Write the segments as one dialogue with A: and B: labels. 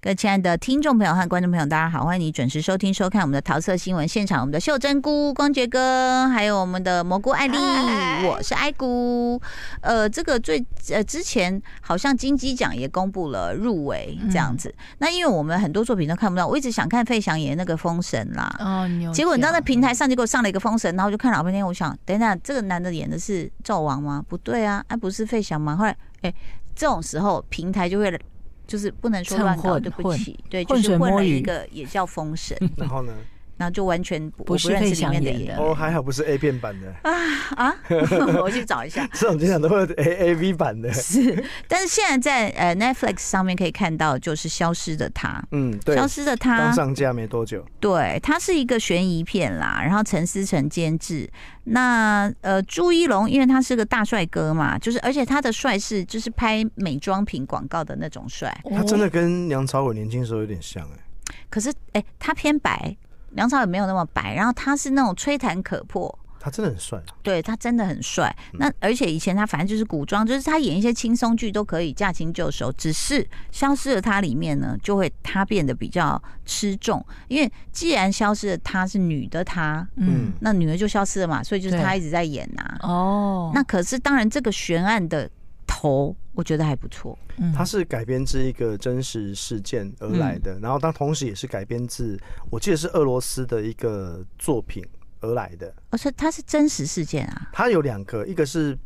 A: 各位亲爱的听众朋友和观众朋友，大家好，欢迎你准时收听收看我们的桃色新闻现场，我们的秀珍菇、光觉哥，还有我们的蘑菇艾丽，
B: 嗨
A: 我是艾菇。呃，这个最呃之前好像金鸡奖也公布了入围这样子，那因为我们很多作品都看不到，我一直想看费翔演那个《封神》啦，
B: 哦，你有
A: 结果你知道
B: 讲
A: 那平台上，结果上了一个封神，然后我就看老半天，我想，等一下，这个男的演的是纣王吗？不对啊，啊不是费翔吗？后来，哎、这种时候平台就会。就是不能说
B: 趁
A: 乱搞，
B: 混
A: 对不
B: 混
A: 起，对，就
B: 浑
A: 是
B: 水
A: 混
B: 摸
A: 了
B: 鱼嗯
A: 一个也叫封神，
C: 然后呢？
A: 然后就完全不
B: 不
A: 我
B: 是
A: 认
B: 费
A: 识里
B: 翔
A: 面的
B: 演
A: 演
B: 的
C: 哦，还好不是 A 片版 的，
A: 啊， 我去找一下。
C: 这种经常都会有 A A V 版的。
A: 是，但是现在在呃 Netflix 上面可以看到，就是《消失的他
C: 嗯，》，对
A: 消，失的他
C: 刚上架没多久，
A: 对，它是一个悬疑片啦，然后陈思诚监制。那呃，朱一龙因为他是个大帅哥嘛，就是而且他的帅是就是拍美妆品广告的那种帅，
B: 哦
C: 他真的跟梁朝伟年轻时候有点像哎。
A: 可是哎、他偏白，梁朝伟没有那么白，然后他是那种吹弹可破。
C: 他真的很帅，
A: 对他真的很帅，那而且以前他反正就是古装，就是他演一些轻松剧都可以驾轻就熟，只是消失了他里面呢，就会他变得比较吃重，因为既然消失了他是女的他，
B: 嗯
C: 嗯，
A: 那女儿就消失了嘛，所以就是
B: 对
A: 他一直在演呐、
B: 哦，
A: 那可是当然，这个悬案的头我觉得还不错，
B: 嗯
C: 他是改编自一个真实事件而来的，然后他同时也是改编自，我记得是俄罗斯的一个作品而来的。
A: 而且它是真实事件啊，
C: 它有两个，一个是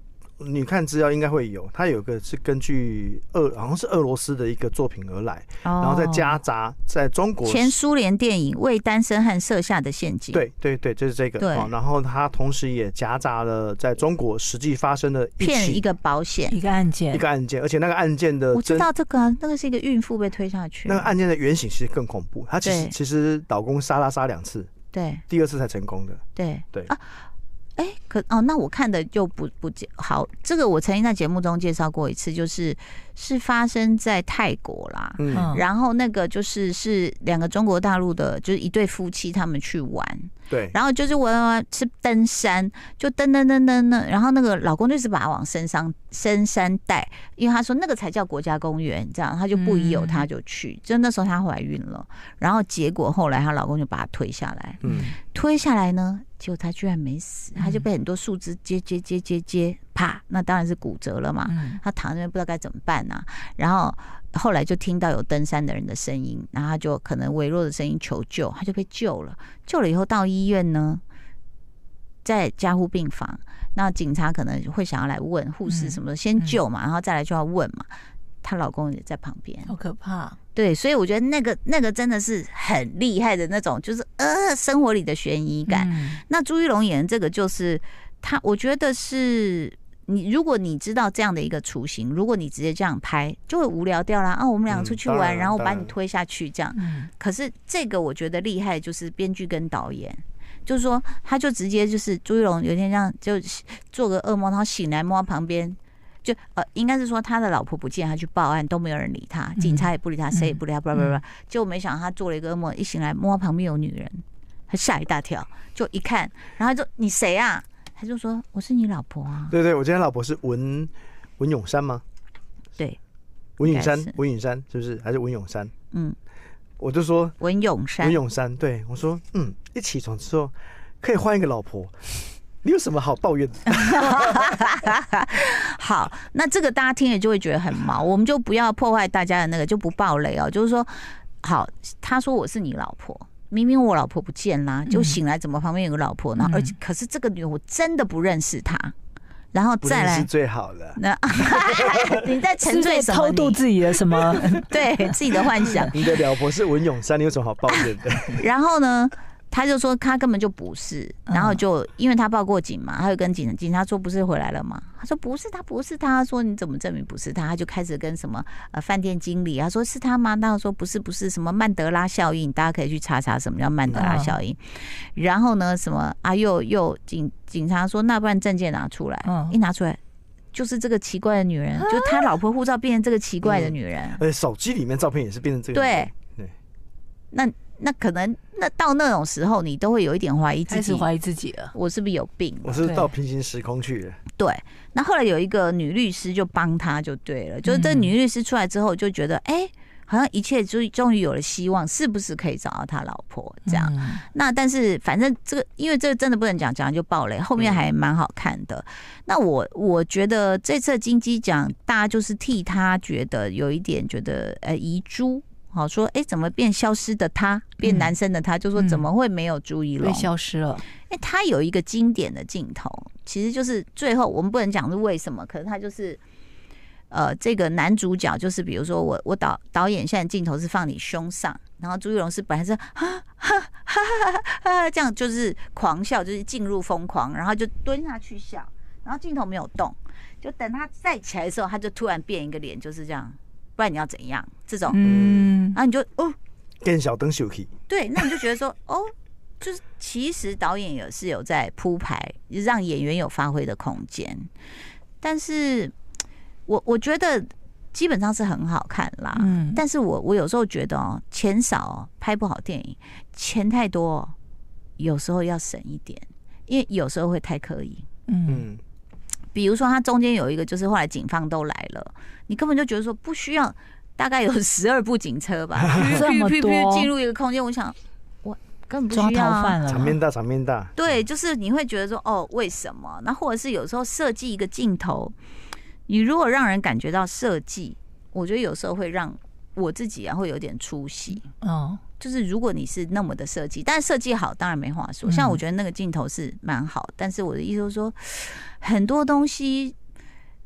C: 你看资料应该会有，它有个是根据俄好像是俄罗斯的一个作品而来，
B: 哦
C: 然
A: 然
C: 后再夹杂在中国
A: 哦前苏联电影《为单身汉设下的陷阱》，
C: 对对对，就是这个。
A: 对
C: 哦然后它同时也夹杂了在中国实际发生的一
A: 骗
C: 起
A: 一个保险，
B: 一个案件
C: 一，个案件，而且那个案件的
A: 我知
C: 真
A: 道这个、啊，那个是一个孕妇被推下去，
C: 那个案件的原型其实更恐怖。他其
A: 对
C: 实其实老公杀他杀两次，
A: 对
C: 第二次才成功的。
A: 对
C: 对
A: 啊。哎、可哦，那我看的就不不介好。这个我曾经在节目中介绍过一次，就是是发生在泰国啦。
C: 嗯，
B: 嗯
A: 然后那个就是是两个中国大陆的，就是一对夫妻他们去玩，
C: 对，
A: 然后就是玩玩玩是登山，就登登登登登，然后那个老公就是把他往深山深山带，因为他说那个才叫国家公园，这样他就不疑有他就去，就那时候她怀孕了，然后结果后来她老公就把她推下来，
C: 嗯，
A: 推下来呢，结果她居然没死，她就被很多树枝接接接接接，啪，那当然是骨折了嘛，
B: 嗯，
A: 他躺在那边不知道该怎么办呐、然后后来就听到有登山的人的声音，然后他就可能微弱的声音求救，他就被救了。救了以后到医院呢，在加护病房，那警察可能会想要来问护士什么的，先救嘛，然后再来就要问嘛。她老公也在旁边，
B: 好可怕，
A: 对，所以我觉得那个那个真的是很厉害的那种，就是呃生活里的悬疑感。
B: 嗯
A: 那朱一龙演的这个就是他，我觉得是你，如果你知道这样的一个雏形，如果你直接这样拍，就会无聊掉啦。啊，我们俩
C: 嗯
A: 出去
C: 当
A: 玩，
C: 然
A: 然后把
C: 当
A: 你
C: 然
A: 推下去这样。
B: 嗯，
A: 可是这个我觉得厉害，就是编剧跟导演。就是说，他就直接就是朱一龙有一天这样就做个噩梦，然后醒来摸到旁边，就呃，应该是说他的老婆不见，他去报案都没有人理他，警察也不理他，谁也不理他，叭叭叭。结果没想到他做了一个噩梦，一醒来摸到旁边有女人，他吓一大跳，就一看，然后他就你谁啊？他就说我是你老婆啊。
C: 对对，我今天老婆是文文咏珊吗？
A: 对，
C: 文咏
A: 应该
C: 珊
A: 是，
C: 文咏珊是不是？还是文咏珊？
A: 嗯，
C: 我就说
A: 文咏
C: 文
A: 珊，
C: 咏珊，对我说，嗯，一起床之后可以换一个老婆， 你有什么好抱怨的？
A: 啊好，那这个大家听了就会觉得很毛，我们就不要破坏大家的那个，就不爆雷哦。就是说，好，他说我是你老婆，明明我老婆不见
B: 嗯
A: 啦，就醒来怎么旁边有个老婆呢？而且可是这个女人我真的不认识她，然后
C: 不
A: 再
C: 是
A: 来。
C: 最好的。
A: 那 你在沉醉
B: 是
A: 什
B: 在
A: 么
B: 偷
A: 你？
B: 渡自己 的什么？
A: 对自己的幻想。
C: 你的老婆是文咏珊，你有什么好抱怨 的？
A: 然后呢，他就说他根本就不是，
B: 嗯
A: 然后就因为他报过警嘛，他就跟警警察说不是回来了吗？他说不是他，不是他，他说你怎么证明不是他？他就开始跟什么呃饭店经理啊说是他吗？他说不是不是什么曼德拉效应，大家可以去查查什么叫曼德拉效应。然后呢，什么啊又又警警察说那不然证件拿出来，
B: 嗯
A: 一拿出来。就是这个奇怪的女人，就他老婆护照变成这个奇怪的女人，
C: 而且哎手机里面照片也是变成这个。
A: 对，
C: 对，
A: 那那可能那到那种时候，你都会有一点怀疑自
B: 开
A: 己
B: 始，怀疑自己了，
A: 我是不是有病？
C: 我是到平行时空去了。
A: 对。那后来有一个女律师就帮他就对了，就是这
B: 嗯
A: 女律师出来之后就觉得，哎、好像一切就终于有了希望，是不是可以找到他老婆这样？
B: 嗯
A: 那但是反正这个，因为这个真的不能讲，讲了就爆雷，后
B: 嗯
A: 面还蛮好看的。那我我觉得这次金鸡奖，大家就是替他觉得有一点觉得呃遗珠。好说，哎，怎么变消失的他，变
B: 嗯
A: 男生的他，就说
B: 嗯
A: 怎么会没有朱一
B: 被
A: 龙？
B: 消失了，
A: 哎，他有一个经典的镜头，其实就是最后我们不能讲是为什么，可是他就是，呃，这个男主角就是比如说我我导导演现在镜头是放你胸上，然后朱一龙是本来是啊哈哈哈哈哈哈这样就是狂笑，就是进入疯狂，然后就蹲下去笑，然后镜头没有动，就等他再起来的时候，他就突然变一个脸，就是这样，不然你要怎样？这种，
B: 嗯
A: 然，后你就哦
C: 更小灯秀 k
A: 对，那你就觉得说，哦，就是其实导演也是有在铺排，让演员有发挥的空间。但是我我觉得基本上是很好看啦。
B: 嗯
A: 但是我我有时候觉得哦，钱少、哦、拍不好电影，钱太多、哦，有时候要省一点，因为有时候会太刻意。
B: 嗯
C: 嗯，
A: 比如说，它中间有一个就是后来警方都来了，你根本就觉得说不需要，大概有十二部警车吧，
B: 这么
A: 噗噗
B: 多
A: 噗进入一个空间，我想我根本不
B: 抓
A: 需要、
B: 逃
A: 啊。
B: 犯了
C: 场
B: 吗，
C: 面大，场面大，
A: 对，就是你会觉得说哦，为什么？那或者是有时候设计一个镜头，你如果让人感觉到设计，我觉得有时候会让我自己啊会有点出戏。
B: 嗯
A: 就是如果你是那么的设计，但是设计好当然没话说。
B: 嗯
A: 像我觉得那个镜头是蛮好，但是我的意思就是说，很多东西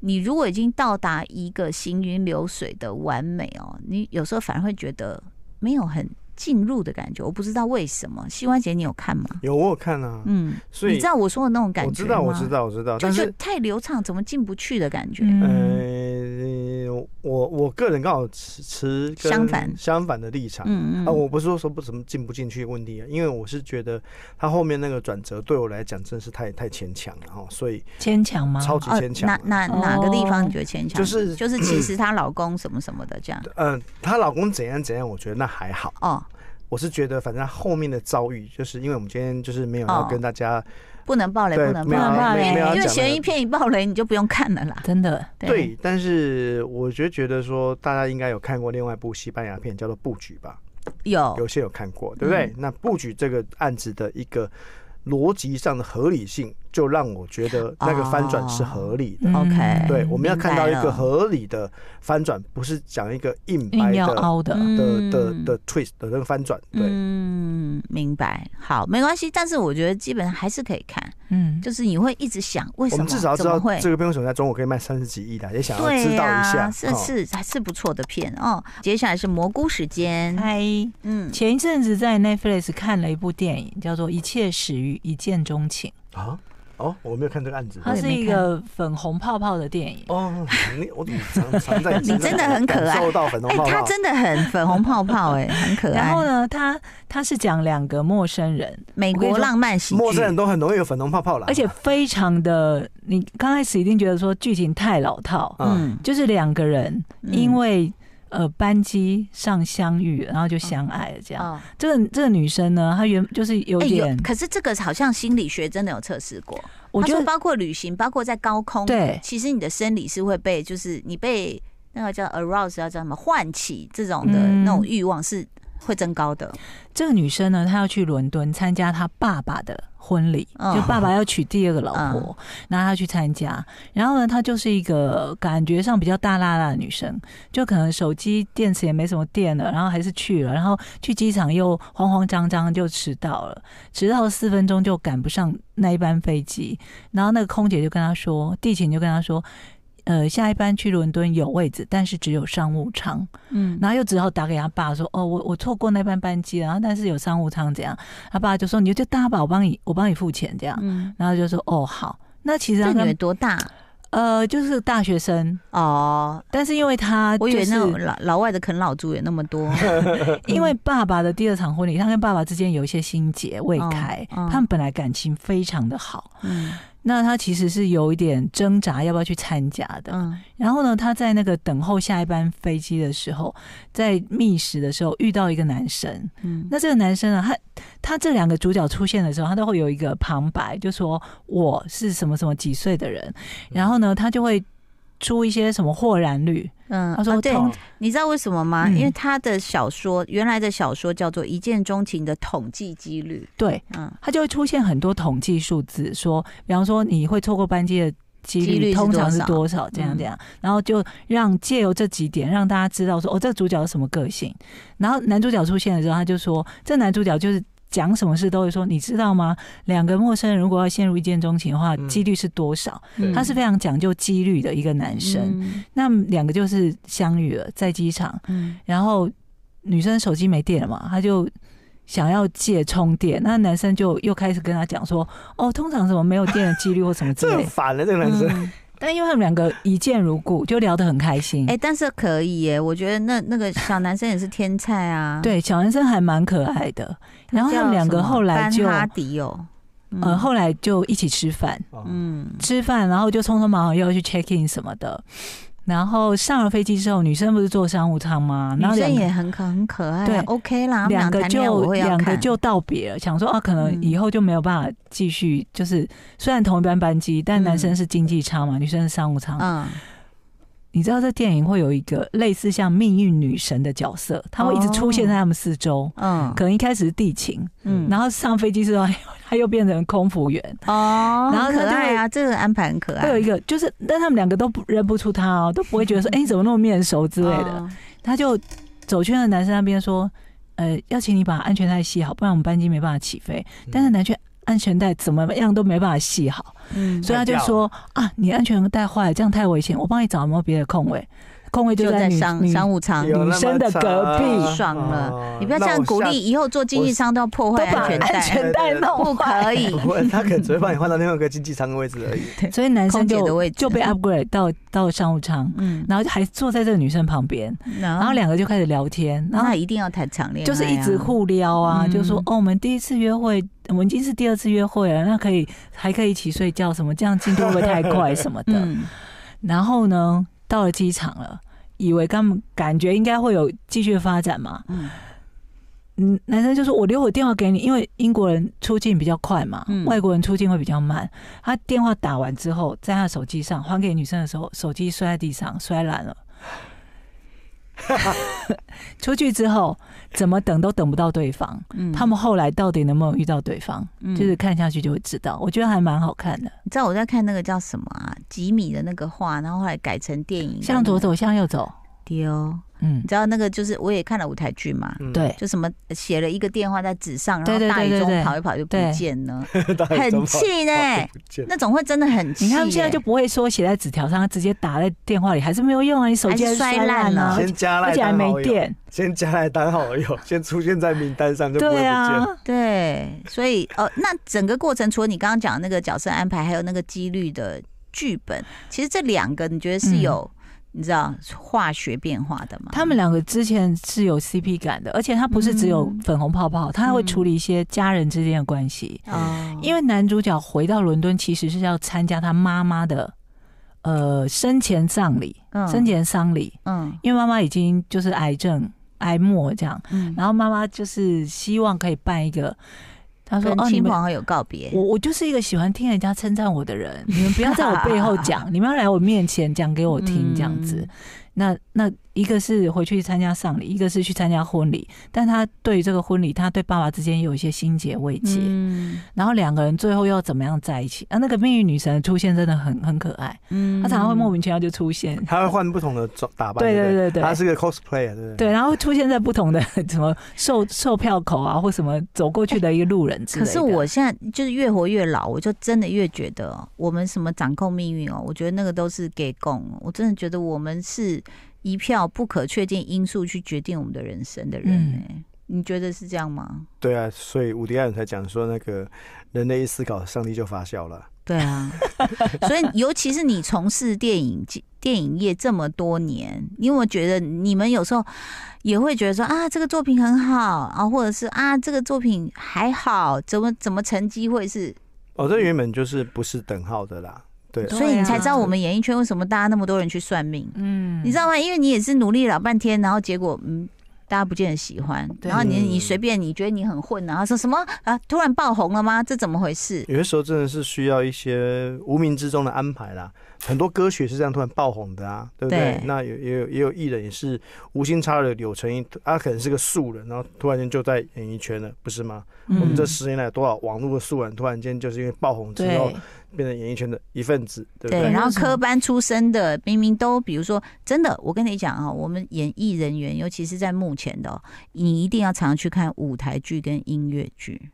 A: 你如果已经到达一个行云流水的完美哦，你有时候反而会觉得没有很进入的感觉。我不知道为什么。西瓜姐，你有看吗？
C: 有我有看啊，
A: 嗯，
C: 所
A: 你
C: 以
A: 知道我说的那种感
C: 我
A: 觉
C: 知
A: 吗？
C: 道，我知，道，我知道，
A: 就
C: 但啊
A: 就是太流畅，怎么进不去的感觉？
B: 嗯
C: 呃，我我个人刚好持持跟
A: 相反
C: 相反的立场。
A: 嗯嗯，
C: 啊，我不是说说不怎么进不进去的问题啊，因为我是觉得他后面那个转折对我来讲真是太太牵强了哈，所以
B: 牵强吗？
C: 超级
A: 哦
C: 牵，强
A: 哪
C: 了。
A: 哪哪个地方
B: 哦
A: 你觉得牵强？
C: 就是
A: 就是其 实她老公什么什么的这样。
C: 嗯，她老公怎样怎样，我觉得那还好。
A: 哦，
C: 我是觉得，反正她后面的遭遇，就是因为我们今天就是没有要
A: 哦
C: 跟大家
A: 不能爆雷，
C: 对
A: 不能
C: 没
A: 爆
C: 有
B: 爆
A: 雷，
B: 雷
A: 因
B: 没有
A: 为
C: 要
A: 因为
C: 讲
A: 悬
C: 的
A: 疑片一爆雷你就不用看了啦。
B: 真的，
C: 对，但是我觉得觉得说，大家应该有看过另外一部西班牙片叫做《布局》吧？
A: 有
C: 有些有看过，对
A: 嗯
C: 不对？那《布局》这个案子的一个逻辑上的合理性，就让我觉得那个翻转是合理的。
B: 嗯
A: OK
C: 对，我们要
A: 啊明白
C: 看到一
A: 了
C: 个合理的翻转，不是讲一个硬
B: 硬
C: 掰
B: 要
C: 的
B: 凹的，
C: 的的
A: 嗯
C: 的 twist 的那个翻转。对，
A: 嗯，明白。好，没关系，但是我觉得基本上还是可以看，
B: 嗯，
A: 就是你会一直想为
C: 我
A: 什么
C: 们至少要知
A: 怎么
C: 道
A: 会
C: 这个片为什么在中国可以卖三十几亿的，也想要
A: 对
C: 知道
A: 呀
C: 一下。
A: 是
C: 哦
A: 是还是不错的片哦。接下来是蘑菇时间，
B: 嗨，
A: 嗯，
B: 哎前一阵子在 Netflix 看了一部电影，叫做《一切始于一见钟情》，
C: 啊，哦，我没有看这个案子。
B: 它是一个粉红泡泡的电影。
C: 哦，你我怎么常常在
A: 你真的很可爱
C: 受到粉红
A: 哎
C: 泡，泡。
A: 他真的很粉红泡泡， 哎，很可
B: 然后
A: 爱。
B: 呢，它它是讲两个陌生人，
A: 美
B: 我跟你
A: 国
B: 说
A: 浪漫喜
C: 陌
A: 剧
C: 生，人都很容易有粉红泡泡啦。
B: 而且非常的，你刚开始一定觉得说剧情太老套，
C: 嗯，
B: 就是两个人因
A: 为
B: 为呃班机上相遇，然
A: 嗯
B: 后就相爱了这样。
A: 哦，
B: 这个这个女生呢，她原就是有
A: 哎有
B: 点，，
A: 可是这个好像心理学真的有测试过，
B: 我
A: 他
B: 觉
A: 说
B: 得
A: 包括旅行，包括在高空，，
B: 对，
A: 其实你的生理是会被，就是你被那个叫 arouse，要叫什么唤起这种的
B: 嗯
A: 那种欲望是会增高的。
B: 这个女生呢，她要去伦敦参加她爸爸的婚礼，
A: 嗯
B: 就爸爸要娶第二个老婆，然后她去参加。然后呢，她就是一个呃感觉上比较大辣辣的女生，就可能手机电池也没什么电了，然后还是去了，然后去机场又慌慌张张就迟到了，迟到了四分钟就赶不上那一班飞机。然后那个空姐就跟她说，地勤就跟她说。呃，下一班去伦敦有位置，但是只有商务舱。
A: 嗯，
B: 然后又只好打给他爸说：“哦，我我错过那班班机了，然后但是有商务舱怎样？”他爸就说：“你就搭吧，我帮你，我帮你付钱这样。
A: 嗯，”
B: 然后就说：“哦，好。”那其实
A: 这
B: 他
A: 女
B: 跟
A: 的多大？
B: 呃就是大学生，
A: 哦，
B: 但是因为他
A: 我以
B: 就
A: 为那种嗯
B: 是
A: 老老外的啃老族也那么 多。
B: 因为爸爸的第二场婚礼，他跟爸爸之间有一些心结未开，
A: 嗯嗯
B: 他们本来感情非常的好。
A: 嗯
B: 那他其实是有一点挣扎，要不要去参加的。
A: 嗯
B: 然后呢，他在那个等候下一班飞机的时候，在觅食的时候遇到一个男生，
A: 嗯，
B: 那这个男生啊，他他这两个主角出现的时候，他都会有一个旁白，就说我是什么什么几岁的人，然后呢，他就会出一些什么豁然率。
A: 嗯，
B: 他说
A: 啊对，
B: 同
A: 你知道为什么吗？
B: 嗯
A: 因为他的小说原来的小说叫做《一见钟情的统计几率》，
B: 对，
A: 嗯，
B: 它就会出现很多统计数字，说，比方说你会错过班机的几
A: 几率
B: 率
A: 是
B: 通常
A: 多
B: 是
A: 少
B: 多少，这样
A: 嗯
B: 这样，然后就让借由这几点让大家知道说，哦，这个主角是什么个性。然后男主角出现的时候，他就说，这男主角就是。讲什么事都会说，你知道吗？两个陌生人如果要陷入一见钟情的话，
C: 嗯
B: 几率是多少？
C: 对
B: 他是非常讲究几率的一个男生。
A: 嗯
B: 那两个就是相遇了，在机场，
A: 嗯
B: 然后女生手机没电了嘛，她就想要借充电，那男生就又开始跟她讲说，哦，通常什么没有电的几率或什么之
C: 这 很
B: 类。
C: 烦的这个男生。
A: 嗯
B: 但因为他们两个一见如故，就聊得很开心。
A: 哎、但是可以耶，我觉得那那个小男生也是天才啊。，
B: 对，小男生还蛮可爱的。然后他们两个后来就，
A: 班哈迪哦，嗯
B: 呃，后来就一起吃饭，
C: 哦
A: 嗯
B: 吃饭，然后就匆匆忙忙又要去 check in 什么的。然后上了飞机之后，女生不是坐商务舱吗？然
A: 女
B: 后两
A: 生
B: 个
A: 也很可很可爱啊、
B: 对
A: o k 啦，他们
B: 两个
A: 谈恋爱我
B: 就
A: 会要
B: 两个
A: 看，
B: 就道别了，想说啊，可能
A: 嗯
B: 以后就没有办法继续，就是虽然同一班班机，但男
A: 嗯
B: 生是经济舱嘛，女生是商务舱。
A: 嗯，
B: 你知道这电影会有一个类似像命运女神的角色，她会一直出现在他们四周。
A: 嗯
B: 可能一开始是地勤，
A: 哦嗯，
B: 然后上飞机之后， 她又变成空服员。
A: 哦，
B: 然后
A: 很
B: 他
A: 可
B: 就
A: 爱啊，这个安排很可爱，
B: 会有一个就是，但他们两个都不认不出她哦，都不会觉 得说，哎、你怎么那么面熟之类的。
A: 哦
B: 他就走去那个男生那边说：“呃，要请你把安全带系好，不然我们班机没办法起飞。”
C: 嗯
B: 但是男生安全带怎么样都没办法系好，
A: 嗯，
B: 所以他就说：“啊，你安全带坏了，这样太危险，我帮你找有没有别的空位？空位
A: 就
B: 在
A: 在
B: 女
A: 商
B: 女
A: 商务舱，
B: 有女生的隔壁
A: 爽了
C: 了
B: 哦
A: 你不要这样鼓励，以后做经济舱都要破
B: 都
A: 坏
B: 把
A: 安全
B: 安
A: 带，
B: 全带
A: 不
B: 弄坏。
A: 可 以。
C: 不会，他可能只会帮你换到另外一个经济舱的位置而已。
B: 所以男生
A: 空姐的
B: 就
A: 位置
B: 就被 upgrade 到到商务舱，
A: 嗯，
B: 然后就还坐在这个女生旁边，
A: 然
B: 然后两个就开始聊天，然后
A: 啊那一定要谈长恋爱啊，
B: 就是一直互撩啊，
A: 嗯
B: 就说哦，我们第一次约会，我们已经是第二次约会了，那可以还可以一起睡觉什么，这样进度会不会太快什么的？
A: 嗯
B: 然后呢，到了机场了，以为他们感觉应该会有继续发展嘛，
A: 嗯
B: 嗯，男生就说：“我留我电话给你，因为英国人出境比较快嘛，
A: 嗯
B: 外国人出境会比较慢。”他电话打完之后，在他手机上还给女生的时候，手机摔在地上，摔烂 了。出去之后，怎么等都等不到对方。
A: 嗯
B: 他们后来到底能不能遇到对方，
A: 嗯
B: 就是看下去就会知道。我觉得还蛮好看的，
A: 你知道我在看那个叫什么啊？吉米的那个画，然后后来改成电影的那个，
B: 向左走，向右走。
A: 丢。
B: 嗯
A: 你，知道那个就是我也看了舞台剧嘛，
C: 嗯，
B: 对，
A: 就什么呃写了一个电话在纸上，然
B: 对
A: 后
B: 对
A: 大雨
B: 对对
A: 中
B: 对
A: 跑一跑就不
B: 对
A: 见了，
C: 到底怎
A: 很
C: 么
A: 气呢。
C: 跑哦不见
A: 那种会真的很气耶。
B: 你看他们现在就不会说写在纸条上，他直接打在电话里，还是没有用啊！你手机
A: 还是
B: 还是
A: 摔
B: 摔
A: 烂
B: 烂
A: 了
B: 了，
C: 先加赖
B: 哎而且还
C: 当
B: 没
C: 好友，
B: 电。
C: 先加赖当好友，先出现在名单上就不会不
B: 对啊
C: 见。，
A: 对，所以呃，那整个过程除了你刚刚讲的那个角色安排，还有那个几率的剧本，其实这两个你觉得是有、你知道化学变化的吗？
B: 嗯他们两个之前是有 CP 感的，而且他不是只有粉红泡泡，他还会处理一些家人之间的关系。
A: 哦，
B: 因为男主角回到伦敦其实是要参加他妈妈的呃生前葬礼、
A: 嗯
B: 生前丧礼，
A: 嗯
B: 因为妈妈已经就是癌症哀末这样，
A: 嗯，
B: 然后妈妈就是希望可以办一个，他说
A: 跟
B: 哦你
A: 亲
B: 们
A: 朋好友告别，
B: 我我就是一个喜欢听人家称赞我的人，你们不要在我背后 讲，你们要来我面前讲给我听，这样子。
A: 嗯
B: 那那一个是回去参加丧礼，一个是去参加婚礼，但他对于这个婚礼，他对爸爸之间也有一些心结未解。
A: 嗯
B: 然后两个人最后要怎么样在一起？啊，那个命运女神的出现真的很很可爱，
A: 嗯
B: 她常常会莫名其妙就出现。
C: 他会换不同的装打扮，
B: 对
C: 对不
B: 对对对
C: 他是个 cosplay，对不对？
B: 对，然后出现在不同的 什么售售票口啊，或什么走过去的一个路人之类
A: 可
B: 的。
A: 是我现在就是越活越老，我就真的越觉得哦我们什么掌控命运哦，我觉得那个都是给供。哦我真的觉得我们是一票不可确定因素去决定我们的人生的人、
B: 嗯
A: 哎你觉得是这样吗？
C: 对啊，所以伍迪艾伦才讲说，那个人类一思考，上帝就发笑了。
A: 对啊， 所以尤其是你从事电影界电影业这么多年，因为我觉得你们有时候也会觉得说啊，这个作品很好啊，或者是啊，这个作品还好，怎么怎么成绩会是
C: 哦，
B: 嗯
C: 这原本就是不是等号的啦。对，
A: 所以你才知道
B: 对啊
A: 我们演艺圈为什么大家那么多人去算命，
B: 嗯
A: 你知道吗？因为你也是努力了老半天，然后结果嗯。大家不见得喜欢，
B: 对
A: 然后你
C: 嗯
A: 你随便你觉得你很混，然后说什么啊？突然爆红了吗？这怎么回事？
C: 有些时候真的是需要一些无名之中的安排啦。很多歌曲是这样突然爆红的啊，对不对？
A: 对
C: 那也也有也有艺人也是无心插柳柳成荫，他可能是个素人，然后突然间就在演艺圈了，不是吗？我们这
B: 嗯，
C: 十年来多少网络的素人，突然间就是因为爆红之后
B: 对，
C: 变成演艺圈的一份子，对不
A: 对，
C: 对？
A: 然后
B: 那种
A: 科班出身的，明明都比如说，真的，我跟你讲啊，我们演艺人员，尤其是在幕前的哦，你一定要常去看舞台剧跟音乐剧，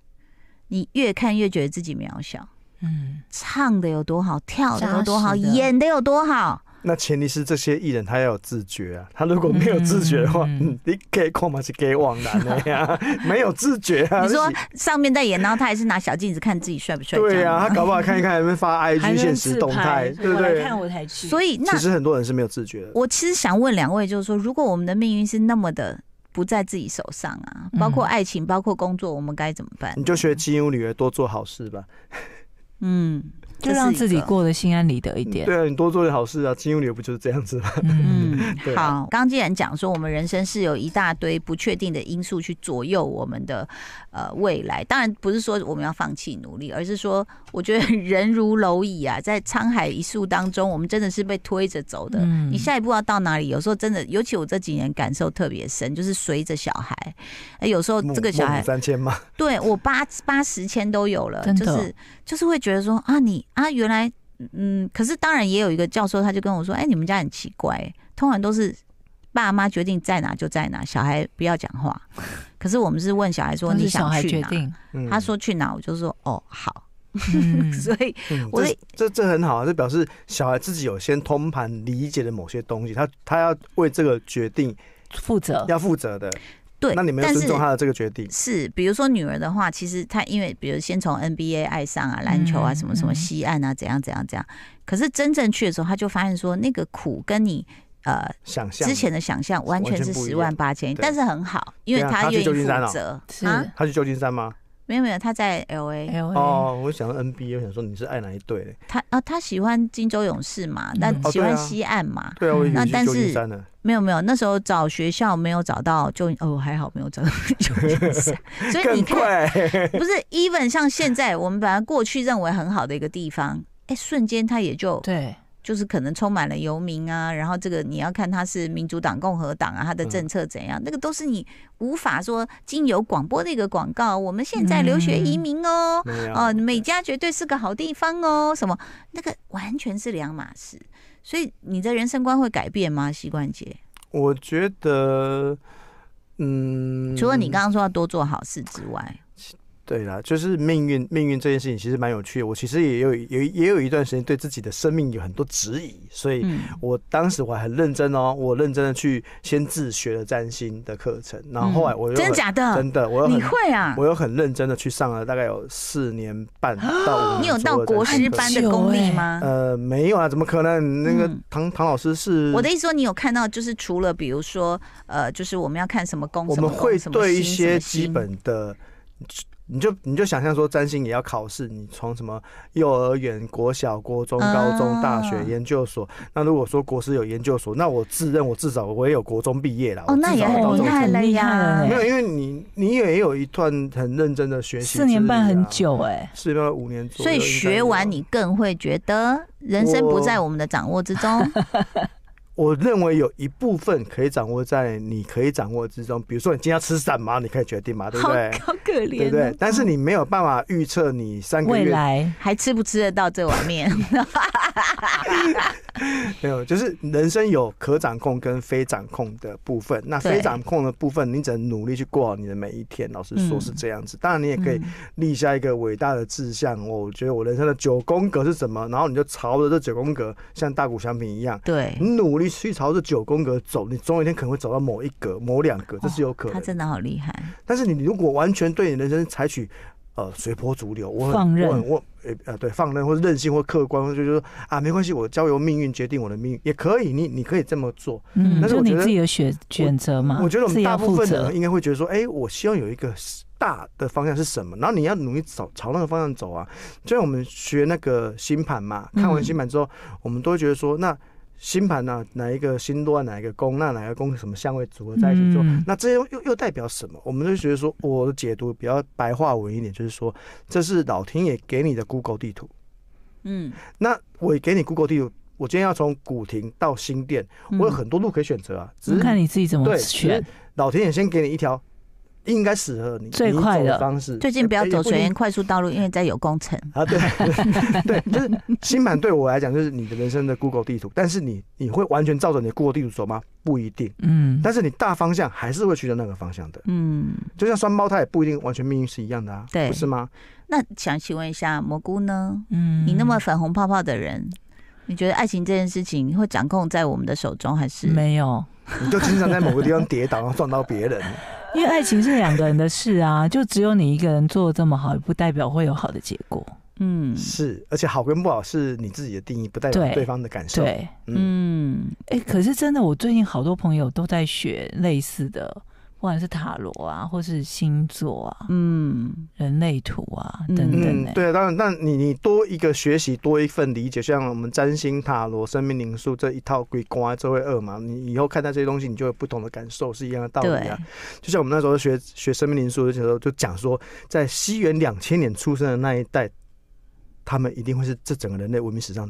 A: 你越看越觉得自己渺小，
B: 嗯，
A: 唱的有多好，跳的有多好，
B: 扎实的
A: 演的有多好，
C: 那前提是这些艺人他要有自觉啊，他如果没有自觉的话，
B: 嗯嗯
C: 嗯，你给空嘛是给往南的 呀， 没有自觉 啊。
A: 你说
C: 是
A: 上面在演，然后他还是拿小镜子看自己帅不帅，
C: 对
A: 呀、
C: 啊，他搞不好看一看有没 有发
B: 还
C: IG
B: 能
C: 现
B: 自
C: 实动态，
B: 拍
C: 对不
B: 我来
C: 对？
B: 看我才去，
A: 所以那
C: 其实很多人是没有自觉的。
A: 我其实想问两位，就是说，如果我们的命运是那么的不在自己手上啊，包括
B: 嗯
A: 爱情，包括工作，我们该怎么办？
C: 你就学金庸里面多做好事吧，
A: 嗯，
B: 就
A: 这是
B: 让
A: 一
B: 自己
A: 个
B: 过得心安理得一点。
C: 对啊，你多做点好事啊，金庸里面不就是这样子吗？
B: 嗯，
A: 嗯，
C: 对啊
A: 好。刚刚既然讲说我们人生是有一大堆不确定的因素去左右我们的呃未来，当然不是说我们要放弃努力，而是说我觉得人如蝼蚁啊，在沧海一粟当中，我们真的是被推着走的。
B: 嗯
A: 你下一步要到哪里？有时候真的，尤其我这几年感受特别深，就是随着小孩，哎有时候
C: 孟
A: 这个小
C: 孟
A: 孩
C: 母三 迁嘛，
A: 对我八八十千都有了，
B: 真
A: 就
B: 的
A: 是就是会觉得说啊你啊原来嗯，可是当然也有一个教授他就跟我说，哎、你们家很奇怪、通常都是爸妈决定在哪就在哪，小孩不要讲话。可是我们是问小孩说
B: 都
A: 你
B: 是
A: 想
B: 小孩
A: 去
B: 决
A: 哪，
B: 定，
C: 嗯
A: 他说去哪，我就说哦好，
B: 嗯
A: 所以
C: 嗯
A: 我
C: 这
A: 的
C: 这这很好啊，这表示小孩自己有先通盘理解的某些东西，他他要为这个决定
B: 负责。
C: 要负责的。
A: 哦对，
C: 那你们要
A: 但
C: 尊
A: 是
C: 重他的这个决定。
A: 是，比如说女儿的话，其实她因为比如先从 NBA 爱上啊，篮球啊，
B: 嗯
A: 什么什么
B: 嗯
A: 西岸啊，怎样怎样怎样。可是真正去的时候，她就发现说那个苦跟你呃
C: 想象
A: 之前的想象完全是
C: 完全不一
A: 十
C: 样
A: 万八千里，
C: 对
A: 但是很好，因为
C: 对啊他去
A: 愿意
C: 旧金山
A: 负
C: 哦
A: 责
B: 是
A: 啊。
C: 他去旧金山吗？
A: 没有没有，他在 L A，
B: 哎喂，
C: 哦，我想到 NBA，我想说你是爱哪一队嘞？
A: 他啊他喜欢金州勇士嘛，但
B: 嗯
C: 哦
A: 喜欢
C: 对啊
A: 西岸嘛。
C: 对啊，我以
A: 那
C: 为你
A: 但
C: 去旧
A: 是
C: 金山呢。
A: 没有没有，那时候找学校没有找到，就哦还好没有找到 旧金山，所以你看
C: 更快，
A: 不是 even 像现在我们本来过去认为很好的一个地方，哎，瞬间它也就
B: 对，
A: 就是可能充满了游民啊，然后这个你要看他是民主党、共和党啊，他
C: 嗯
A: 的政策怎样，那个都是你无法说经由广播的一个广告，我们现在留学移民哦，
C: 嗯没有
A: 哦、美加绝对是个好地方哦，什么那个完全是两码事，所以你的人生观会改变吗？膝关节，
C: 我觉得，嗯，
A: 除了你刚刚说要多做好事之外，
C: 对啦，就是命运，命运这件事情其实蛮有趣的。我其实也有有也有一段时间对自己的生命有很多质疑，所以
A: 嗯，
C: 我当时我还很认真哦，我认真的去先自学了占星的课程，然后后来我又
A: 嗯真
C: 很
A: 假的，
C: 真的，我又
A: 你
C: 很
A: 会啊？
C: 我又很认真的去上了大概有四年半到五年
A: 你有到
C: 左右
A: 国
C: 的占
A: 师
C: 星课
A: 班的功力吗？
C: 呃，没有啊，怎么可能？那个
A: 嗯
C: 唐、唐老师是
A: 我的意思说，你有看到，就是除了比如说，呃，就是我们要看什么宫，
C: 我
A: 什
C: 们
A: 么
C: 会
A: 宫什么
C: 对一
A: 星
C: 些
A: 什么
C: 基
A: 星
C: 本的，你就你就想象说，占星也要考试，你从什么幼儿园、国小、国中、高中、大
A: 啊
C: 学、研究所。那如果说国师有研究所，那我自认我至少我也有国中毕业啦。
A: 哦，
C: 我
A: 那
C: 至
A: 也
C: 少
B: 找
C: 有
B: 到
A: 很
C: 高
A: 厉
C: 中
A: 害
B: 这
A: 了
B: 种
A: 呀
B: 很厉害
C: 没有，因为你你也有一段很认真的学习、啊
B: 四年半很，久哎，
C: 四年半五年左
A: 所
C: 右。
A: 以学完，你更会觉得人生不
C: 我
A: 在我们的掌握之 中。
C: 我认为有一部分可以掌握在你可以掌握之中。比如说，你今天要吃什么，你可以决定嘛，对不对？
B: 好可怜
A: 哦
C: 对不对？但是你没有办法预测你三个
B: 未
C: 月
B: 来
A: 还吃不吃得到这碗面？
C: 没有，就是人生有可掌控跟非掌控的部分。那
A: 对
C: 非掌控的部分，你只能努力去过好你的每一天。老实说
A: 嗯
C: 是这样子，当然你 也可以
B: 嗯
C: 立下一个伟大的志向。哦我觉得我人生的九宫格是什么，然后你就朝着这九宫格，像大谷翔平一样，
A: 对，
C: 你努力去朝着九宫格走，你总有一天可能会走到某一格、某两格，这是有可
A: 他
C: 能。
A: 真的好厉害。
C: 但是你如果完全对你人生采取呃随波逐流，我很
B: 放任
C: 我很我呃呃对放任或者任性或客观，或者就是说啊没关系，我交由命运决定我的命运也可以，你你可以这么做。
B: 嗯，
C: 但
B: 就
C: 是我
B: 你
C: 觉得
B: 自己的选选择嘛，
C: 我觉得我
B: 啊自
C: 们
B: 己
C: 大
B: 要
C: 部
B: 负
C: 分
B: 责
C: 人，应该会觉得说，哎、我希望有一个大的方向是什么，然后你要努力找朝那个方向走啊。就像我们学那个星盘嘛，
B: 嗯
C: 看完星盘之后，我们都会觉得说，那星盘呢、哪一个星落在哪一个宫，那哪个宫什么相位组合在一起之后，
B: 嗯
C: 那这又又又代表什么？我们就觉得说，我的解读比较白话文一点，就是说，这是老天爷给你的 Google 地图。
A: 嗯，
C: 那我给你 Google 地图，我今天要从古亭到新店，我有
A: 嗯
C: 很多路可以选择啊，只
B: 嗯
C: 是
B: 看你自己怎么
C: 对，只
B: 选
C: 是。老天爷先给你一条应该适合你
B: 最
C: 你
B: 快
C: 走
B: 的
C: 方式。
A: 最近不要
C: 哎
A: 走水
C: 一定
A: 源快速道路，因为在有工程。
C: 啊，对 对，就是新版对我来讲就是你的人生的 Google 地图，但是你你会完全照着你的 Google 地图走吗？不一定，
B: 嗯，
C: 但是你大方向还是会去到那个方向的。
A: 嗯，
C: 就像双胞胎也不一定完全命运是一样的啊，
A: 对
C: 不是吗？
A: 那想请问一下蘑菇呢？
B: 嗯
A: 你那么粉红泡泡的人，你觉得爱情这件事情会掌控在我们的手中，还是？
B: 没有，
C: 你就经常在某个地方跌倒，然后撞到别人，
B: 因为爱情是两个人的事啊，就只有你一个人做的这么好，也不代表会有好的结果。
A: 嗯
C: 是，而且好跟不好是你自己的定义，不代
B: 对
C: 表对方的感受。
B: 对，
C: 嗯，
A: 嗯，
B: 哎、可是真的，我最近好多朋友都在学类似的，不管是塔罗啊，或是星座啊、
A: 嗯，
B: 人类图啊
A: 嗯
B: 等等、
C: 嗯
B: 欸，，
C: 对啊，当然，但你你多一个学习，多一份理解，像我们占星、塔罗、生命灵数这一套归瓜，这会二嘛，你以后看待这些东西，你就有不同的感受，是一样的道理
A: 对
C: 啊。，就像我们那时候学学生命灵数的时候，就讲说，在西元两千年出生的那一代，他们一定会是这整个人类文明史上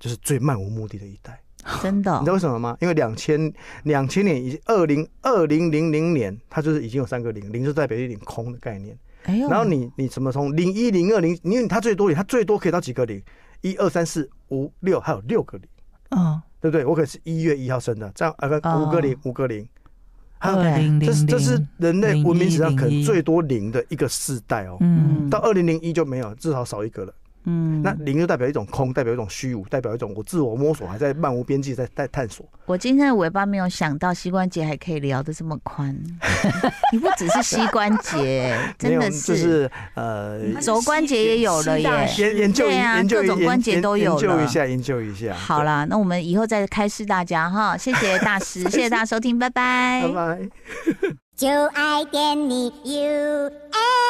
C: 就是最漫无目的的一代。
A: 真的
C: 你知道为什么吗？因为两千两千年以二零二零零零年，它就是已经有三个零，零就代表一点空的概念。
A: 哎
B: 嗯
A: 呦，
C: 然后你你怎么从零一零二零，因为它最多它最多可以到几个零？一二三四五六，还有六个零，
B: 嗯，
C: 对不对？我可是一月一号生的，这样啊
B: 哦
C: 不五个零五个零，还有
B: 二零零
C: 这是
B: 零，
C: 这是人类文明史上可能
B: 01
C: 最多零的一个世代哦。
B: 嗯
C: 到二零零一就没有，至少少一个了。
A: 嗯，
C: 那零就代表一种空，代表一种虚无，代表一种我自我摸索，还在漫无边际，在在探索。
A: 我今天的尾巴没有想到膝关节还可以聊得这么 宽，你不只是膝关节，真
C: 没
A: 的
C: 有就是呃，
A: 肘关节也有了耶。
C: 研研究一
A: 对啊
C: 研究一
A: 各种
C: 研
A: 关节都有
C: 研究
A: 了
C: 一下，研究一下。
A: 好啦，那我们以后再开示大家哈，谢谢大 师，谢谢大家收听，拜
C: 对，拜拜。
D: 就爱点你 UFO。